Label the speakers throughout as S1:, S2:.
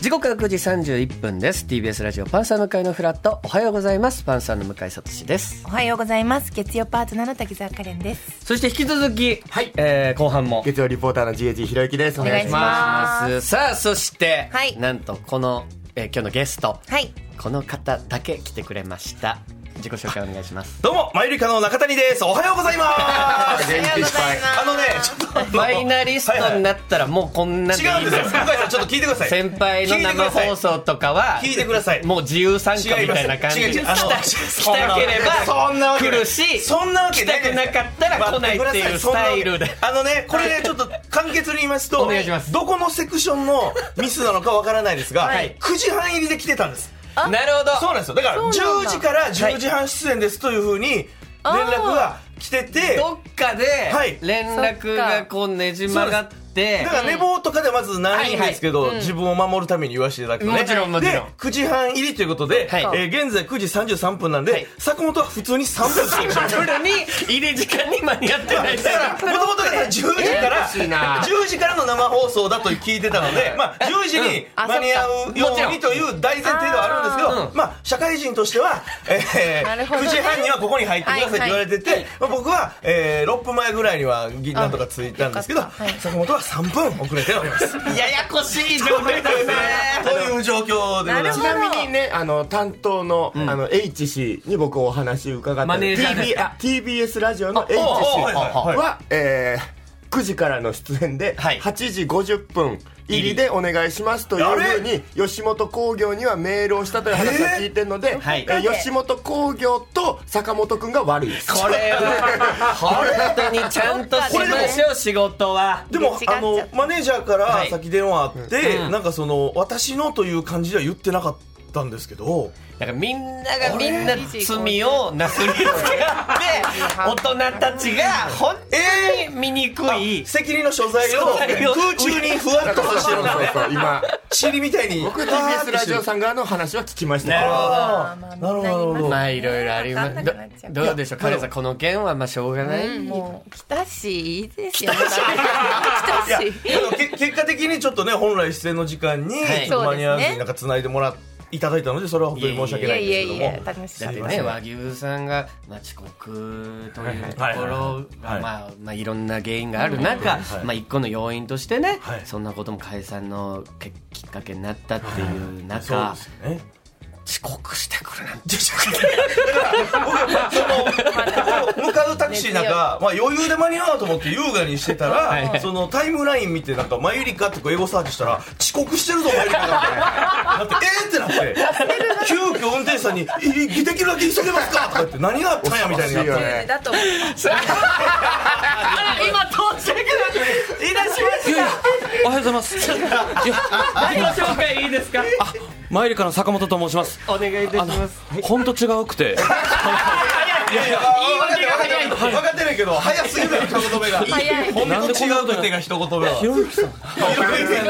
S1: 時刻は9時31分です TBS ラジオパンサー向かいのフラットおはようございますパンサーの向井聡です
S2: おはようございます。月曜パートナーの滝沢カレンです。
S1: そして引き続き、
S3: はい
S1: えー後半も
S3: 月曜リポーターの GH ひろゆきです。お願いし
S2: お願いし
S3: ま
S2: ます
S1: さあそして、
S2: はい
S1: なんとこの、えー今日のゲスト
S2: はい。
S1: この方だけ来てくれました自己紹介お願いします
S4: どうも、マユリカの中谷です。おはようございます。あ
S3: す。元気いっぱい。
S4: のね、ちょっとあの、
S1: ファイナリストになったらもうこんなでいい
S4: 違うんですよ。向井さん、ちょっと聞いてください。
S1: 先輩の生放送とかは
S4: 聞いてください。
S1: もう自由参加
S4: 違
S1: み
S4: いま
S1: た
S4: す
S1: いな感じ
S4: 違う
S1: で
S4: 違うあの
S1: 来たければ
S4: そんなわけ
S1: 来
S4: ない
S1: るし
S4: そんなわけ
S1: 来たくなかったら来ないっていうスタイルで
S4: あのねこれねちょっと簡潔に言いますと
S1: お願いします
S4: どこのセクションのミスなのかわからないですが、
S1: はい
S4: 9時半入りで来てたんです
S1: なるほ
S4: そうなんですよだから
S2: そうなん
S4: 10
S2: だ
S4: 時から10時半出演ですというふうに連絡が来てて
S1: どどっかで
S4: はい
S1: 連絡がこうねじ曲がって
S4: だから寝坊とかでまずないんですけど、
S2: はいはいうん
S4: 自分を守るために言わせていただくとね
S1: もちろんもちろん
S4: で9時半入りということで、
S1: はい
S4: えー現在9時33分なんで、
S1: はい
S4: 坂本は普通に3分です
S1: シンプルに入り時間に間に合ってない
S4: だから、もともとだから10時から、10時からの生放送だと聞いてたので、まあ、10時に間に合うようにという大前提ではあるんですけど、まあ、社会人としては、え
S2: なる
S4: ー、
S2: ほどね
S4: 9時半にはここに入ってくださいって言われてて、まあ僕は、えー、6分前ぐらいには銀杏とか着いたんですけど
S2: よかったはい、
S4: 坂本は3分遅れております。
S1: ややこしい状態ですね
S4: という状況でございます
S3: ち。なみにね、あの、担当の、あの、HC に僕お話伺った
S1: マネージャーです
S3: TB
S1: か
S3: あ TBS ラジオの HC
S4: おうおうはいはい
S3: は、えー、9時からの出演で、
S1: はい
S3: 8時50分入りでお願いしますというふうに、吉本興業にはメールをしたという話を聞いてるので、え
S1: はい
S3: ー吉本興業と坂本くんが悪いです。
S1: これは本当にちゃんとしましょう仕事は
S4: でも
S2: 違っちゃ
S4: あのマネージャーから
S1: い
S4: 先電話あって、
S1: うん
S4: なんかその私のという感じでは言ってなかったんですけど、
S1: だからみんながみんな罪をなすりつけ合って大人たちが本当に醜い
S4: 責任の所在を
S1: 所在を
S4: 空中にふわっと
S3: そう
S4: させ
S3: そ
S4: てるん
S3: う
S4: ですね
S3: そう、今。
S4: 塵みたいに
S3: 僕 TBS ラジオさん側の話は聞きましたけ
S1: な
S3: ど
S1: るほど
S4: あーなるほどなるほど
S1: まあいろいろあります
S2: わかんなくなっちゃう
S1: どどうでしょうカレンさんこの件はまあしょうがない、
S2: うんもう、来たし、いいですよ。来たし。
S4: でもけ結果的にちょっとね本来出演の時間に
S1: はい
S4: 間に合わずになんか繋いでもらいただいたのでそれは本当に申し
S2: い
S4: 訳な
S2: や
S4: いん
S2: いや
S4: ですけど
S2: い
S4: も
S2: や、楽し
S1: だ
S2: か
S1: っ
S2: ってた。
S1: ね和牛さんが、まあ、遅刻というとこ
S4: はいはいは
S1: ろ
S4: いはい
S1: まあまあいろんな原因がある中、まあ、一個の要因としてね、
S4: はい
S1: そんなことも解散のけきっかけになったっていう中、
S4: そうですよね
S1: 遅刻してくるなんて
S4: その向かうタクシーなんか、まあ、余裕で間に合おうと思って優雅にしてたら、
S1: はい
S4: そのタイムライン見てなんか「マユリカ」ってこう英語サーチしたら「遅刻してるぞマユリカ」だって「えっ!」ってなって急遽運転手さんに「いできるだけ急げますか?」とか言って「何があったんや」みたいになって
S3: 恐ろしいよね
S2: だと思う。
S1: 今到着いらっしゃいました
S5: おはようございます。
S1: 自己紹介いいですか
S5: マイリカの坂本と申します。
S1: お願いいたします
S5: 本当違うくて、
S4: いやいや分かってる分かってる分かってるけど早すぎるよ一言目が
S2: 早い
S4: ほんと違うと言ってが一言目は
S5: ひ
S4: ひ
S5: ろゆきさん、
S4: ろ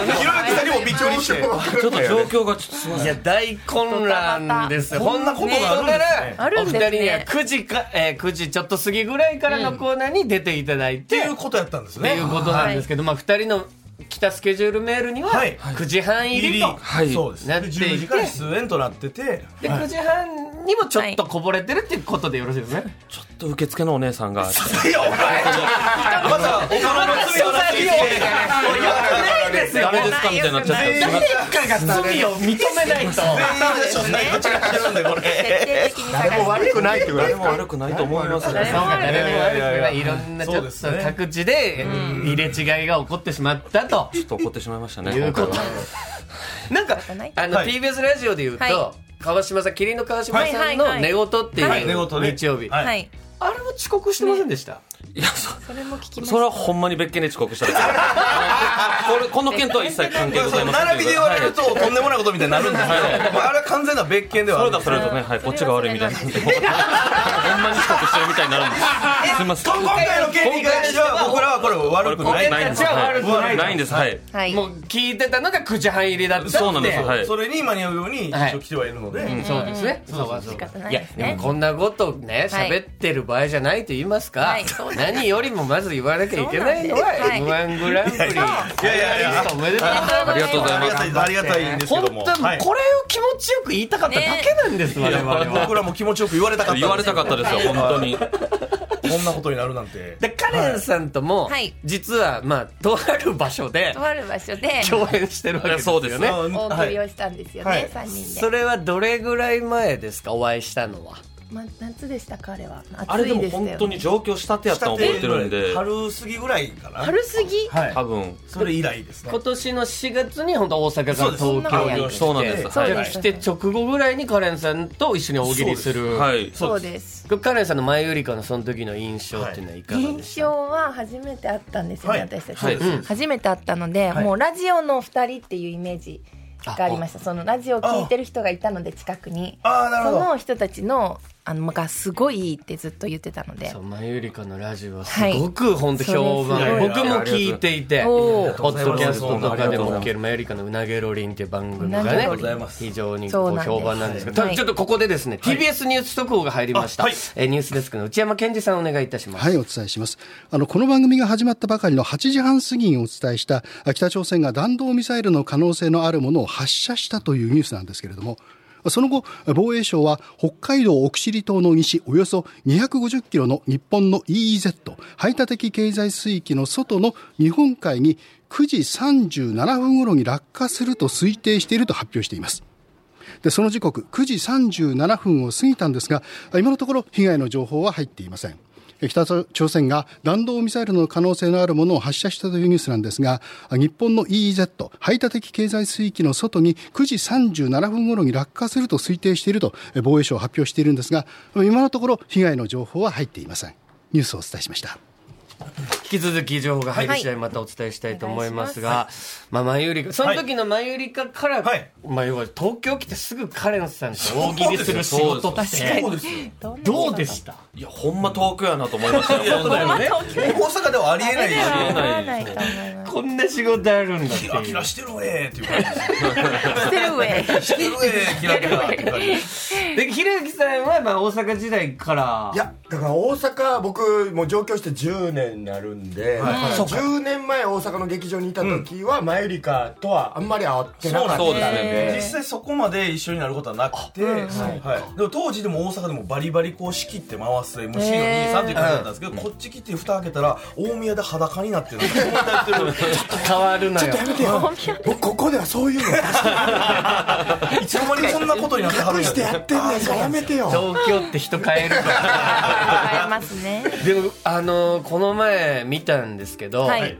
S4: ゆきさんにもびっくりして
S5: ちょっと状況がちょっとすみま
S1: い
S5: せん。
S1: や大混乱ですよ
S4: こんなことがあるんですね
S1: 本当なら
S2: ある
S1: お
S2: ん
S1: 二
S2: ですね
S1: 人には9時か、えー、9時ちょっと過ぎぐらいからのコーナーに出ていただい
S4: って
S1: て、
S4: いうことやったんです
S1: って
S4: ね
S1: いうことなんですけど、まあ二人の来たスケジュールメールには
S4: はい
S1: 9時半入りと、
S5: はい
S4: そうです
S1: なっ
S4: ね
S1: ていて
S4: 10時から出演となってて
S1: で9時半にもちょっとこぼれてるっていうことでよろしいですね、
S5: ちょっと受付のお姉さんが、
S4: いやお前また大人の罪をなしにして
S1: もうよくないですよ
S5: 誰ですかみたいになっちゃって、すみま
S1: 誰かが罪を認めないと
S4: 所詮こちらなんでこれ
S2: 徹底的に
S3: 誰も
S2: 探し
S3: 悪くないってことです
S5: せん。
S3: か
S5: 悪くないと思います
S2: 誰
S5: ね。
S2: も悪く
S1: 誰
S2: ない。
S1: も悪くないいろんなち
S4: そ
S1: ょ
S4: うで
S1: っ
S4: す
S1: と
S4: ね
S1: 各地で入れ違いが起こってしまったと
S5: ちょっと怒ってしまいましたね。
S1: いうことなんか
S2: ない
S1: あの
S4: はい
S1: TBS ラジオで言う
S2: はい
S1: と川島さん麒麟の川島さん
S2: は
S1: の
S2: い
S1: 寝言って
S2: はい
S1: い
S4: 寝言
S1: う
S4: ね
S1: 日曜日
S4: はい
S2: はい。
S1: あれも遅刻してませんでした
S5: いや、そ
S2: それも聞きまし
S5: それ
S2: た。
S5: はほんまに別件で遅刻したんです。あのこれこの件とは一切関係ございません。
S4: 並びで言われるととんでもないことみたいになるんですけどまああれは完全な別件では
S5: そ
S4: あ
S5: れ
S4: る
S5: だそれだね、はい、こっちが悪いみたいな。ほんまに遅刻してるみたいになるんです。すみません。
S4: 今回の件に関しては僕らはこれ悪くない
S5: ないんです。
S1: じゃあ悪く
S5: は
S1: ない
S5: いないんです。はい。
S2: はい。
S1: もう聞いてたのが9時半入りだったって
S5: そうなんです。はい。
S4: それに間に合うように一応来てはいるので
S1: うんそうですね。そうそうそう
S2: 仕方ない
S1: いや
S2: です
S1: で
S2: ね
S1: も。こんなことね
S2: はい
S1: 喋ってる場合じゃないと言いますか
S2: はいそうです。
S1: 何よりもまず言わなきゃいけないのは
S2: そうなんです
S1: M1 グランプリフ
S4: いやいやいや
S1: ァイナリストおめでとうございま
S5: ありがとうござい
S4: あ
S5: ま
S4: り
S5: す
S4: がたいですありがたいんですす
S1: 本
S4: けど
S1: 当
S4: も
S1: も
S4: は
S1: う
S4: い
S1: これを気持ちよく言いたかっただけなんです、我々は。
S4: 僕らも気持ちよく言われたかったんです
S5: 言われたかったですよ、本当に。
S4: こんなことになるなんて
S1: でカレンさんとも、
S2: はい
S1: 実はまあとある場所で
S2: とある場所で
S1: 共演してるわけですよ
S5: そうです
S1: ね
S5: ね。
S4: あ
S2: お送りをしたんですよ
S4: は
S2: ね
S4: い
S2: 三人で
S1: それはどれぐらい前ですかお会いしたのは
S2: ま夏でしたかあれは
S5: あれ
S2: 暑
S5: で
S2: い
S5: も
S2: でした
S5: 本
S2: よ
S5: 当に上京したてやったの覚えてるんで、
S4: 春過ぎぐらいかな
S2: 春すぎ
S4: はい
S5: 多分。
S4: それ以来ですね
S1: 今年の4月に本当大阪から東
S2: そうです
S1: 京に来て
S5: そうなんです
S1: は
S2: そうで
S1: い
S2: す
S1: 来て直後ぐらいにカレンさんと一緒に大喜利する
S5: はい。
S2: そうです
S1: カレンさんの前よりかのその時の印象っていうのはいかがでし
S2: 印象は初めて会ったんですよね、
S4: はい
S2: 私たち、
S5: はい
S1: うん
S2: 初めて会ったので、
S4: い
S2: もうラジオの2人っていうイメージがありましたそのラジオを聞いてる人がいたので近くに
S4: ああなる
S2: そ
S4: ほど
S2: の人たちのあのがすごいいいってずっと言ってたので
S1: たそう前よりかのラジオはすごく本当評判、
S2: はい
S1: 僕も聞いていて
S2: おー
S1: ポッドキャストとかでも聞ける前よりかのうなげろりんっていう番組が
S2: うなげ
S1: ね
S2: ろり
S4: ん
S1: 非常にこう評判なんですけどた
S2: は
S1: だ
S2: い
S1: ちょっとここでですね TBS ニュース速報が入りました
S4: あはい
S1: えーニュースデスクの内山健二さんお願いいたします
S6: はい、お伝えします。あの、この番組が始まったばかりの8時半過ぎにお伝えした、あ北朝鮮が弾道ミサイルの可能性のあるものを発射したというニュースなんですけれども、その後、防衛省は北海道奥尻島の西およそ250キロの日本の EEZ、排他的経済水域の外の日本海に9時37分頃に落下すると推定していると発表しています。でその時刻9時37分を過ぎたんですが今のところ被害の情報は入っていませんえ北朝鮮が弾道ミサイルの可能性のあるものを発射したというニュースなんですがあ日本の EEZ 排他的経済水域の外に9時37分頃に落下すると推定しているとえ防衛省は発表しているんですが今のところ被害の情報は入っていませんニュースをお伝えしました
S1: 引き続き情報が入り次第またお伝えしたいと思いますが、まあ、前よりか、その時の前よりかから、
S4: はい
S1: まあ、要は東京来てすぐカレンさんと大喜利する仕事って、
S4: そうですよ
S1: どうでした
S5: いや、ほんま遠くやなと思いましたよ。本当に
S1: ね、
S4: 大阪ではありえないですよ
S5: ありえ
S2: わから
S5: な
S2: ない
S5: い
S2: と
S5: で
S2: 思いま
S1: こんな仕事あるんだって
S4: キラキ
S1: いう
S4: ラ。してるねーっていう感じです
S2: すしてる上
S4: してるねーキラキラっていう感じです
S1: で、ひろゆきさんは、まあ、大阪時代から、
S3: いやだから大阪僕もう上京して10年になるんで、だから10年前大阪の劇場にいた時は前よりかとはあんまり会ってなかった
S5: そうです
S3: ん
S5: ね。
S3: で
S4: 実際そこまで一緒になることはなくて、はい、でも当時でも大阪でもバリバリこう仕切って回す MC の兄さんっていう感じだったんですけど、こっち来て蓋開けたら大宮で裸になってるちょっと
S1: 変わるのよ。
S3: やめてよ僕ここではそういうの
S4: いつの間にかそんなことになってはるん
S3: 隠
S4: や
S3: してやってんねんからやめてよ
S1: 東京って人変えるから。
S2: 変えますね
S1: でも、あのーこの前見たんですけど、
S2: はい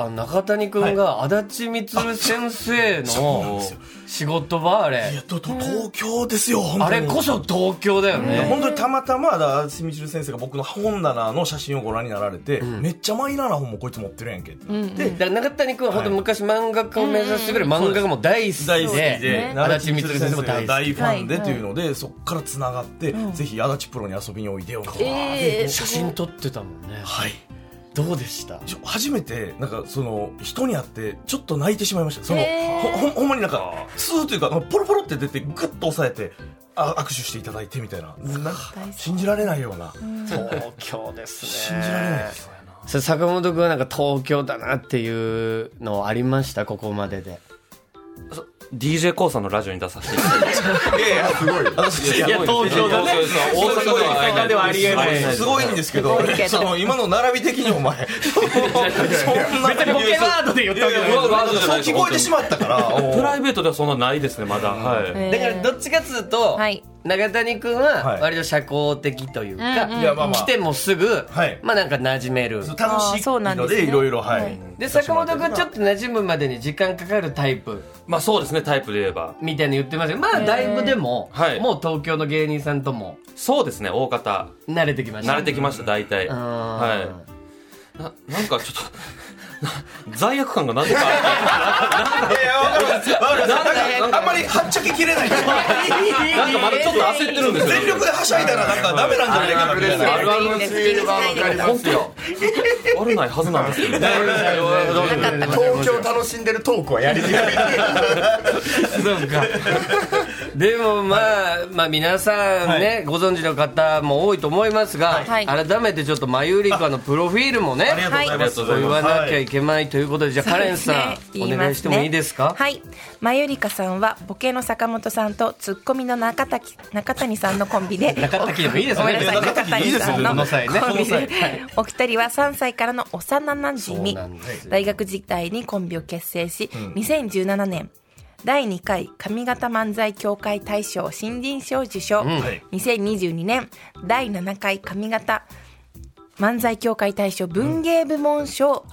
S1: あ中谷君が足立光先生の仕事場あ
S4: い
S1: れ
S4: やとと東京ですよ本当
S1: あ
S4: に
S1: れこそ東京だよ
S4: いや
S1: ね
S4: 本当にたまたまだ渥美先生が僕の本棚の写真をご覧になられて、めっちゃマイナーな本もこいつ持ってるやんけってなって、
S1: だから中谷君は本当昔漫画家を目指してくれる漫画がもう大好き
S4: 大好き
S1: で
S4: で、
S1: 足立光先生も大好き
S4: 大ファンでというので、そこからつながって、ぜひ足立プロに遊びにおいでよと、
S2: えー
S1: 写真撮ってたもんね
S4: はい
S1: どうでした
S4: ちょ初めてなんかその人に会ってちょっと泣いてしまいましたその
S2: へー
S4: ほほほんまになんかスーというかポロポロって出てグッと押さえてあ握手していただいてみたいななんか
S2: 大好き
S4: 信じられないような
S1: 東京ですね
S4: 信じられないです
S1: それ坂本君はなんか東京だなっていうのありましたここまでで
S5: DJ コウさんのラジオに出させていただい
S4: いやいやすごい
S5: て。いや、東京だね。大阪ではありえない。
S4: すごいすごいんですけど
S2: すごいけど
S4: その今の並び的にお前そんな別にボ
S1: ケワードで言ったわけじゃない
S4: そう聞こえてしまったからお
S5: プ
S4: う
S5: ライベートではそんなないですね、まだ。はい。
S1: だからどっちかっつうと、
S2: はい
S1: 中谷君は割と社交的というか、
S4: いやまあまあ
S1: 来てもすぐ、
S4: はい
S1: まあなんか馴染める
S4: 楽しい
S2: あーそうなんで
S4: の
S2: すね
S4: でいろいろはい
S1: で坂本君はちょっと馴染むまでに時間かかるタイプ
S5: まあそうですね、タイプで言えば。
S1: みたいに言ってますよまあだいぶでも、
S5: はい
S1: もう東京の芸人さんとも
S5: そうですね、大方。
S1: 慣れてきました
S5: 慣れてきました、大体。
S1: あ
S5: はい。な、なんかちょっと、 罪悪感がなんでかあって。
S4: いやわかりますわかります
S5: なんか
S4: なんかあんまりはっちゃけきれない
S5: なんかまだちょっと焦ってるんですよ。
S4: 全力ではしゃいだらなんかダメなんじゃないかなみたいな
S3: あるあるの水泳は分かりま
S5: 本
S3: す
S5: 当よ。悪ないはずなんですけ どね。
S3: 東京楽しんでるトークはやりにくい
S1: そうか でもまあ、まあ皆さんね、ご存知の方も多いと思いますが、
S2: はい
S1: 改めてちょっとマユリカのプロフィールもね、
S4: ありがとうございます。
S1: そう言わなきゃい
S4: け
S1: けないということで、じゃあカレン
S2: そう
S1: さ
S2: です
S1: ん、
S2: ね
S1: お願いしてもいいですか、
S2: はいマユリカさんはボケの坂本さんとツッコミの中田中谷さんのコンビで
S1: 中滝でもいいですね
S2: ごめんなさい
S1: 中
S2: 中
S1: 滝でい
S2: 谷
S1: いですよ
S2: さんの
S1: この際ね
S2: コンビで
S1: この際は
S2: お二人は3歳からの幼なじみ
S1: そうなんですよ
S2: 大学時代にコンビを結成し、2017年第2回上方漫才協会大賞新人賞受賞、
S4: はい
S2: 2022年第7回上方漫才協会大賞文芸部門賞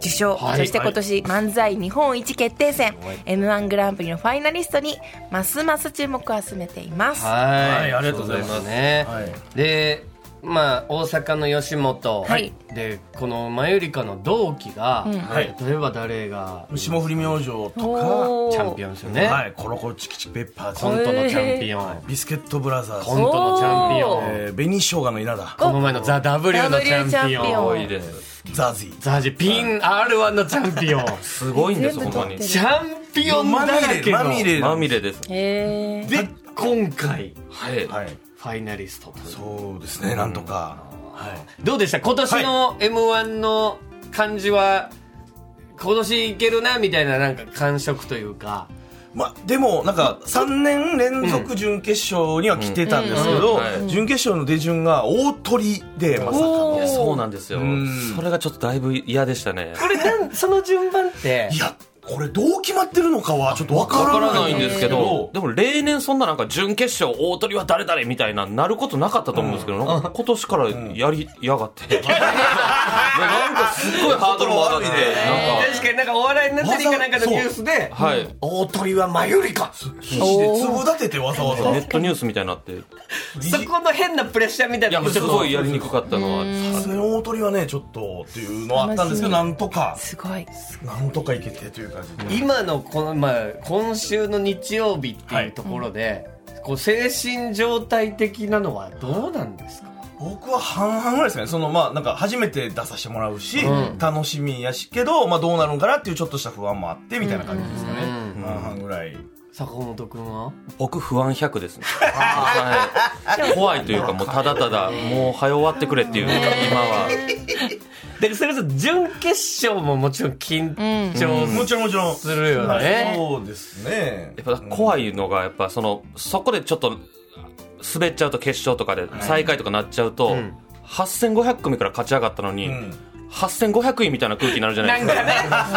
S2: 受賞、そして今年漫才日本一決定戦、m 1グランプリのファイナリストにますます注目を集めています。
S1: はい、
S4: はいありがとうございます
S1: そうですね、
S4: はい
S1: で、まあ大阪の吉本、
S2: はい
S1: でこのマユリカの同期が、
S4: はい
S1: 例えば誰が
S4: ど。霜降り明星とか、
S2: おー
S1: チャンピオンですよね。
S4: はい、コロコロチキチキペッパーズ
S1: コントのチャンピオン、
S4: ビスケットブラザー
S1: コ
S4: ズ、
S1: ントのチャンピオ
S2: お
S1: ン、
S4: えー、紅生姜の稲田、
S1: この前のザ・ W のチャンピオン
S2: W チャンピオン
S5: 多いです
S4: ザーズ
S1: ザジピン R1 のチャンピオン
S5: すごいんです
S2: 全部
S5: 本当
S2: 取っ
S5: に
S2: てる
S1: チャンピオ
S4: ィ。
S1: ンだ
S4: ま
S1: ら
S4: み
S1: け
S4: れ、ま
S1: の
S4: みれ。
S5: まみれです
S2: へー
S1: で今回
S5: はい
S4: はい。
S1: ファイナリストという
S4: そうですね、なんとか。はい。
S1: どうでした今年の m 1の感じは、今年いけるなみたいななんか感触というか
S4: まあ、でも、なんか、3年連続準決勝には来てたんですけど
S5: うんうんうん、
S4: 準決勝の出順が大鳥で、まさかの。
S5: いやそうなんですよ
S4: うん
S5: それがちょっとだいぶ嫌でしたね
S1: これなんその順番って
S4: いや、これどう決まってるのかは、ちょっとわ
S5: わ
S4: か
S5: から
S4: らな
S5: ないいん
S4: ん
S5: で
S4: ですす
S5: け
S4: け
S5: ど
S4: ど、
S5: でも例年そんななんか準決勝大鳥は誰誰みたいななることなかったと思うんですけど、なんか今年からやりやがって、 でなんかすっごいハードルも上がって、なん
S1: 確かになんかお笑いになったりかなんかのニュースで
S5: か、はい、
S3: 大鳥はマユリカ
S4: 必死で粒立ててわざわざ。
S5: ネットニュースみたいになって、い
S1: そこの変なプレッシャーみたいな
S5: や、すごいやりにくかったのは、
S4: さすがに大鳥はね、ちょっとっていうのはあったんですけど、なんとか、
S2: すごい。
S4: なんとかいけてという感じで。
S1: 今のこの、まあ、今週の日曜日っていうところで、こう精神状態的なのはどうなんですか
S4: 僕は半々ぐらいですかね。その、まあ、なんか、初めて出させてもらうし、楽しみやしけど、まあ、どうなるんかなっていうちょっとした不安もあって、みたいな感じですかね。半々ぐらい。
S1: 坂本君は
S5: 僕不安100ですね、 はい、怖いというかもうただただもう早終わってくれっていうか今
S1: だ
S5: は
S1: からそれこそ準決勝ももちろん緊張
S4: もちろん、もちろん。
S1: するよね、
S4: そうですね。
S5: やっぱ怖いのがやっぱそのそこでちょっと滑っちゃうと決勝とかで最下位とかなっちゃうと、8500組から勝ち上がったのに、
S4: うん
S5: 8500位みたいな空気になるじゃな
S1: ないん
S5: です
S1: か
S5: か。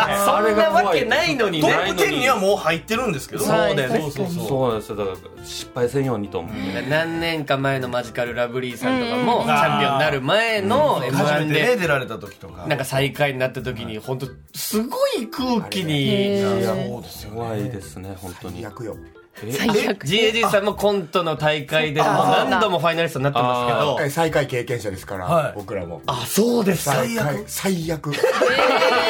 S1: ねそんなわけないのに
S4: ト
S1: ね
S4: ップ10にはもう入ってるんですけど。
S1: そうだよね
S4: そうそうそう。
S5: そうなんですよ。だから失敗せんようにと思う。
S1: 何年か前のマジカルラブリーさんとかもチャンピオンになる前の m
S4: 初
S1: 1
S4: めてね、
S1: で
S4: 出られた時とか。
S1: なんか最下位になった時に本当すごい空気に
S4: いや、そうですよね。
S5: 怖いですね、本当に。
S3: 役よ
S1: で GAG さんもコントの大会でもう何度もファイナリストになってますけど
S3: え最下位経験者ですから、
S4: はい
S3: 僕らも
S1: あそうですか
S3: 最悪最悪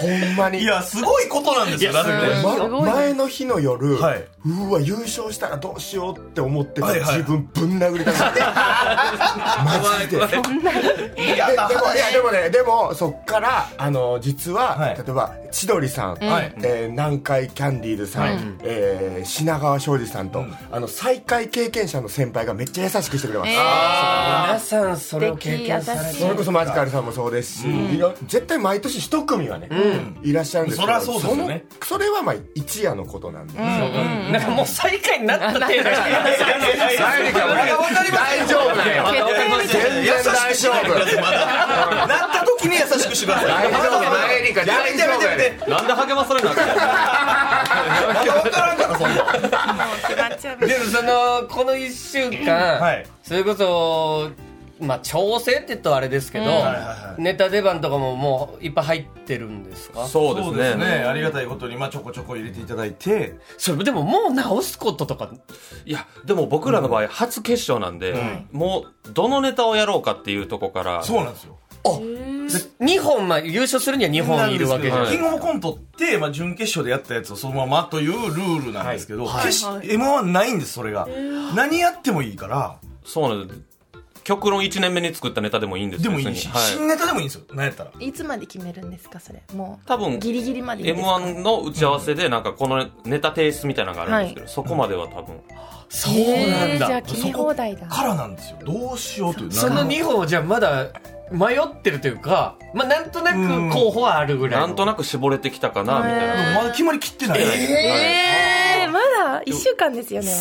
S3: ほんまに
S4: いや、すごいことなんですよ、だって。
S3: ま
S2: ごいね
S3: 前の日の夜、
S4: はいう
S3: わ優勝したらどうしようって思ってた、
S4: はいはい
S3: 自分ぶん殴りたくなっ てマジで
S4: いや、
S3: でもいやでもねでもそっからあの実は、
S4: はい
S3: 例えば千鳥さん、
S4: はい
S3: えー南海キャンディーズさん、えー品川庄司さんと、あの最下位経験者の先輩がめっちゃ優しくしてくれます、
S1: 皆さんそれを経験され
S2: 素
S1: て
S2: 敵
S3: それこそマジカルさんもそうですし、いろ絶対毎年一組はね、いらっしゃるんですけど
S4: そらそうですよね
S3: そのそれはまあ一夜のことなんで、
S1: なんかもう最下位になった程度
S3: 大丈夫だよ全然大丈夫
S4: なった時に優しくしてください。
S3: 大丈夫マ
S4: や
S3: ユリカ大
S4: めて
S3: 丈
S4: やめ
S3: 夫
S4: てや
S3: だ
S4: め
S3: よ
S4: て。
S5: なんで励まされなくて。
S4: まだ分からんから、そんな。
S1: でもそのこの1週間、
S4: はい
S1: それこそまあ調整って言うとあれですけど、
S4: はいは
S1: ネタ出番とかももういっぱい入ってるんですか
S5: そう
S4: そう
S5: で
S4: ですすね
S5: ね。
S4: ありがたいことに、まあ、ちょこちょこ入れていただいて、
S1: それでももう直すこととか
S5: いや、でも僕らの場合、初決勝なんで、もう、どのネタをやろうかっていうとこから、
S4: そうなんですよ。
S1: 2本、まあ、優勝するには2本いるわけじゃ
S4: なん
S1: ないです
S4: ですけどキングオブコントって、まあ、準決勝でやったやつをそのままというルールなんですけど、決し M1 はないんです、それが。何やってもいいから、
S5: そうなんです。極論1年目に作ったネタでもいいんです
S4: でもいいし、
S5: 別に
S4: 新
S5: はい
S4: ネタでもいいんですよなんやったら
S2: いつまで決めるんですかそれもう
S5: 多分
S2: ギリギリまでいいん
S5: m
S2: ですか
S5: 1の打ち合わせでなんかこのネタ提出みたいなのがあるんですけど、そこまでは多分
S4: そう
S2: えー、じゃあ決め放題だ
S4: からなんですよどうしようという
S1: その2本じゃあまだ迷ってるというか、まあ、なんとなく候補はあるぐらい
S5: な
S1: の
S5: んとなく絞れてきたかなみたいな、
S4: なんかまだ決まりきってない、
S2: えー、まだ1週間ですよね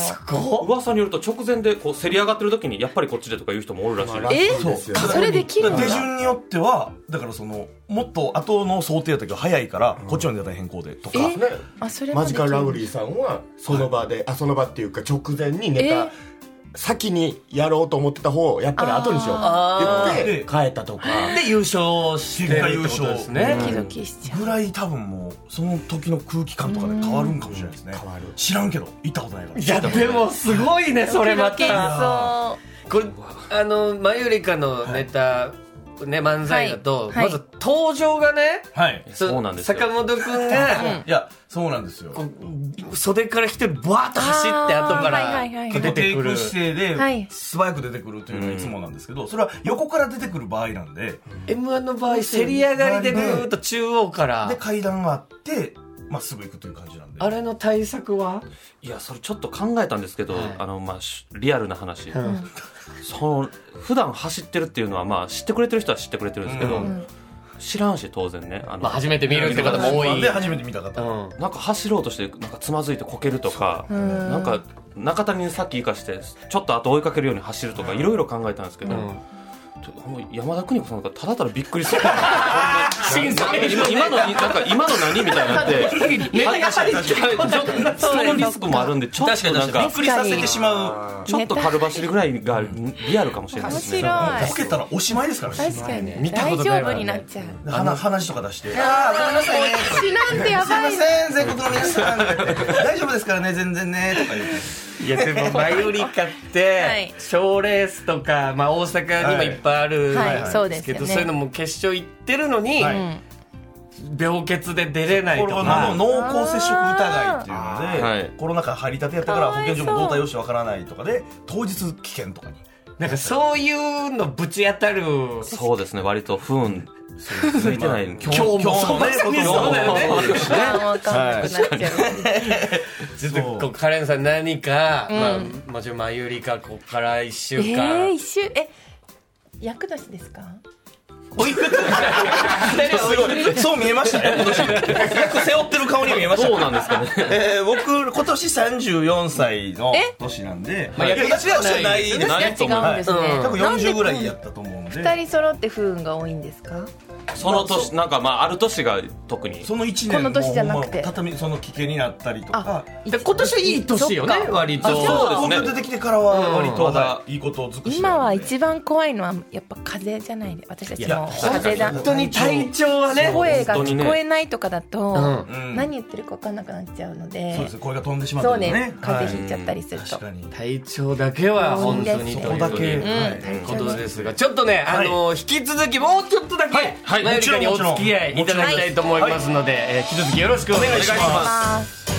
S5: 噂によると直前でこう競り上がってる時にやっぱりこっちでとか言う人もおるらしいです
S2: もうえ
S4: そう
S2: あそれできるんだ
S4: 手順によってはだからそのもっと後の想定やったけど早いから、こっちのネタ変更でとか
S2: え
S3: ね
S2: あそれま
S3: マ
S2: で
S3: ジ
S2: きる
S3: カルラブリーさんはその場で、あその場っていうか直前にネ
S2: え
S3: タ先にやろうと思ってた方をやっぱり後にしようって言って
S4: あ
S3: 変えたとか
S1: で優勝してるってことですね
S2: ドキドキしちゃう
S4: ぐらい多分もうその時の空気感とかで変わるんかもしれないですね
S3: 変わる
S4: 知らんけど行ったことないから
S1: いやでもすごいねそれま
S2: ドキドキし
S1: たこれあのマユリカのネタ、ね漫才だと、
S2: はいはい
S1: まず登場がね
S4: はい
S5: そうなんですよ
S1: 坂本くんが
S4: いやそうなんですよ
S1: こう袖から一人バーッと走って
S2: あー
S1: 後か
S2: は
S1: ら
S2: いはいはい
S4: 結
S1: 出
S4: 構
S1: て
S4: 低
S1: くる
S4: 空姿勢で
S2: はい
S4: 素早く出てくるというのがいつもなんですけど、それは横から出てくる場合なんで
S1: m 1の場合競り上がりでぐーっと中央から
S4: で階段があってまっすぐ行くという感じなんで
S1: あれの対策はい
S5: やそれちょっと考えたんですけど、あのまあしリアルな話、その普段走ってるっていうのはまあ知ってくれてる人は知ってくれてるんですけど、知らんし当然ねあの、
S1: まあ初めて見るって方
S4: まあ
S1: も多い、
S4: で初めて見た方、
S1: うん
S5: なんか走ろうとしてなんかつまずいてこけるとか、なんか中谷にさっき生かしてちょっと後追いかけるように走るとかいろいろ考えたんですけど、ちょほんま山田邦子さんがただただびっくりす る
S1: 審査員
S5: 今今のになんか今の何みたいにな って
S1: ネタが入ってこない
S5: そのリスクもあるんでちょっとなん
S4: び
S5: か
S4: っくりさせてしまう
S5: ちょっと軽走りぐらいがリアルかもしれないですね。
S2: 面白い
S4: こけたらおしまいですからね
S2: 確かに
S1: 見た
S2: 大
S1: ことない
S2: 丈
S1: わ
S2: 夫になっちゃう
S4: 鼻話とか出して
S2: あごめんなさい死なんてやば い
S4: せん全国の皆さん」大丈夫ですからね全然ね」とか言って
S1: いや でもマユリカっ
S2: はい
S1: て賞、レースとか、まあ、大阪にもいっぱいあるん
S2: はいはいそう
S1: で
S2: ですす
S1: け
S2: よ
S1: ど、
S2: ね
S1: そういうのも決勝行ってるのに、
S4: はい
S1: 病欠で出れない
S4: コ
S1: と
S4: ロナ
S1: か
S4: の濃厚接触疑いっていうので、
S5: はい
S4: コロナ禍入りたてやったから
S2: かわ
S4: 保
S2: いそう
S4: 健所も動態用紙わからないとかで当日危険とかに
S1: なんかそういうのぶち当たる
S5: そうですね割と不運続いてない 今
S1: 今日も
S4: 今日もね
S1: そうだよね
S2: あーわかんなくなっちゃう
S1: ちょっとこうカレンさん何か、まあ、もちろんマユリカここから1週間、
S2: えー、一周え役年ですか
S1: おいくつ二人はおいくつ
S4: そう見えましたね今年役背負ってる顔に見えました
S5: そうなんですかね。
S4: えー、僕今年34歳の年なんで、
S1: まあ
S4: いや
S1: 役立ちはない
S4: 役立ちはない
S5: ない
S4: です
S5: と
S2: 違うんですね、
S5: 思う
S1: はい
S4: 多分
S2: なんで
S4: 40ぐらいやったと思うん
S2: 二
S4: で
S2: 人揃って不運が多いんですか
S5: その年なんかまあある年が特に
S4: その1年
S2: この年じゃなくて
S4: もう畳その危険になったりとか
S1: で今年はいい年よね
S2: そっか
S1: 割と
S5: あそうです
S4: 東
S5: ね
S4: 京出てきてからは割と、
S5: うん
S4: はいいいことを尽くしてるんで
S2: 今は一番怖いのはやっぱ風邪じゃないで私たち
S4: いや
S2: も風邪だ
S1: 本当に体調はね
S2: 声が
S5: 本当にね
S2: 聞こえないとかだと、
S1: う
S4: うん
S2: 何言ってるか分かんなくなっちゃうので
S4: そうです声が飛んでしまった
S2: そう
S4: りと
S2: ね
S4: かね
S2: 風
S4: はい
S2: 邪ひいちゃったりすると、
S4: 確かに
S1: 体調だけは本当に
S2: そ
S1: と
S4: こ
S1: いう
S4: だけ、
S1: うん
S4: はい
S1: ことですがちょっとね、
S4: はい
S1: あの引き続きもうちょっとだけ、
S5: はいはい
S1: マユリカに
S4: も
S1: お
S4: ちろん
S1: 付き合いいただきたいと思いますので、えー引き続きよろしくお願いします
S2: まあ
S4: 「